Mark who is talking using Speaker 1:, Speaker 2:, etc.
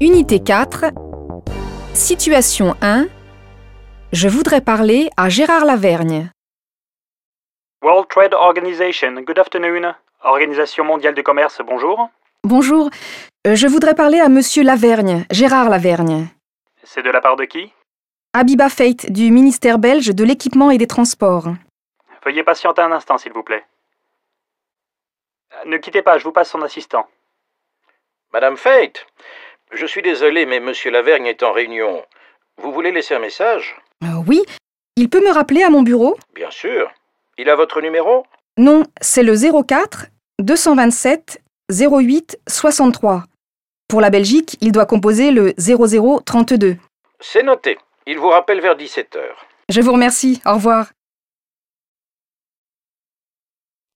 Speaker 1: Unité 4, situation 1. Je voudrais parler à Gérard Lavergne.
Speaker 2: World Trade Organization, good afternoon. Organisation mondiale du commerce, bonjour.
Speaker 1: Bonjour, euh, je voudrais parler à Monsieur Lavergne, Gérard Lavergne.
Speaker 2: C'est de la part de qui
Speaker 1: Abiba Fate du ministère belge de l'équipement et des transports.
Speaker 2: Veuillez patienter un instant, s'il vous plaît. Euh, Ne quittez pas, je vous passe son assistant.
Speaker 3: Madame Fate, je suis désolé, mais Monsieur Lavergne est en réunion. Vous voulez laisser un message
Speaker 1: Euh, oui, il peut me rappeler à mon bureau
Speaker 3: Bien sûr. Il a votre numéro
Speaker 1: Non, c'est le 04 227 08 63. Pour la Belgique, il doit composer le 00 32.
Speaker 3: C'est noté. Il vous rappelle vers 17h.
Speaker 1: Je vous remercie, au revoir.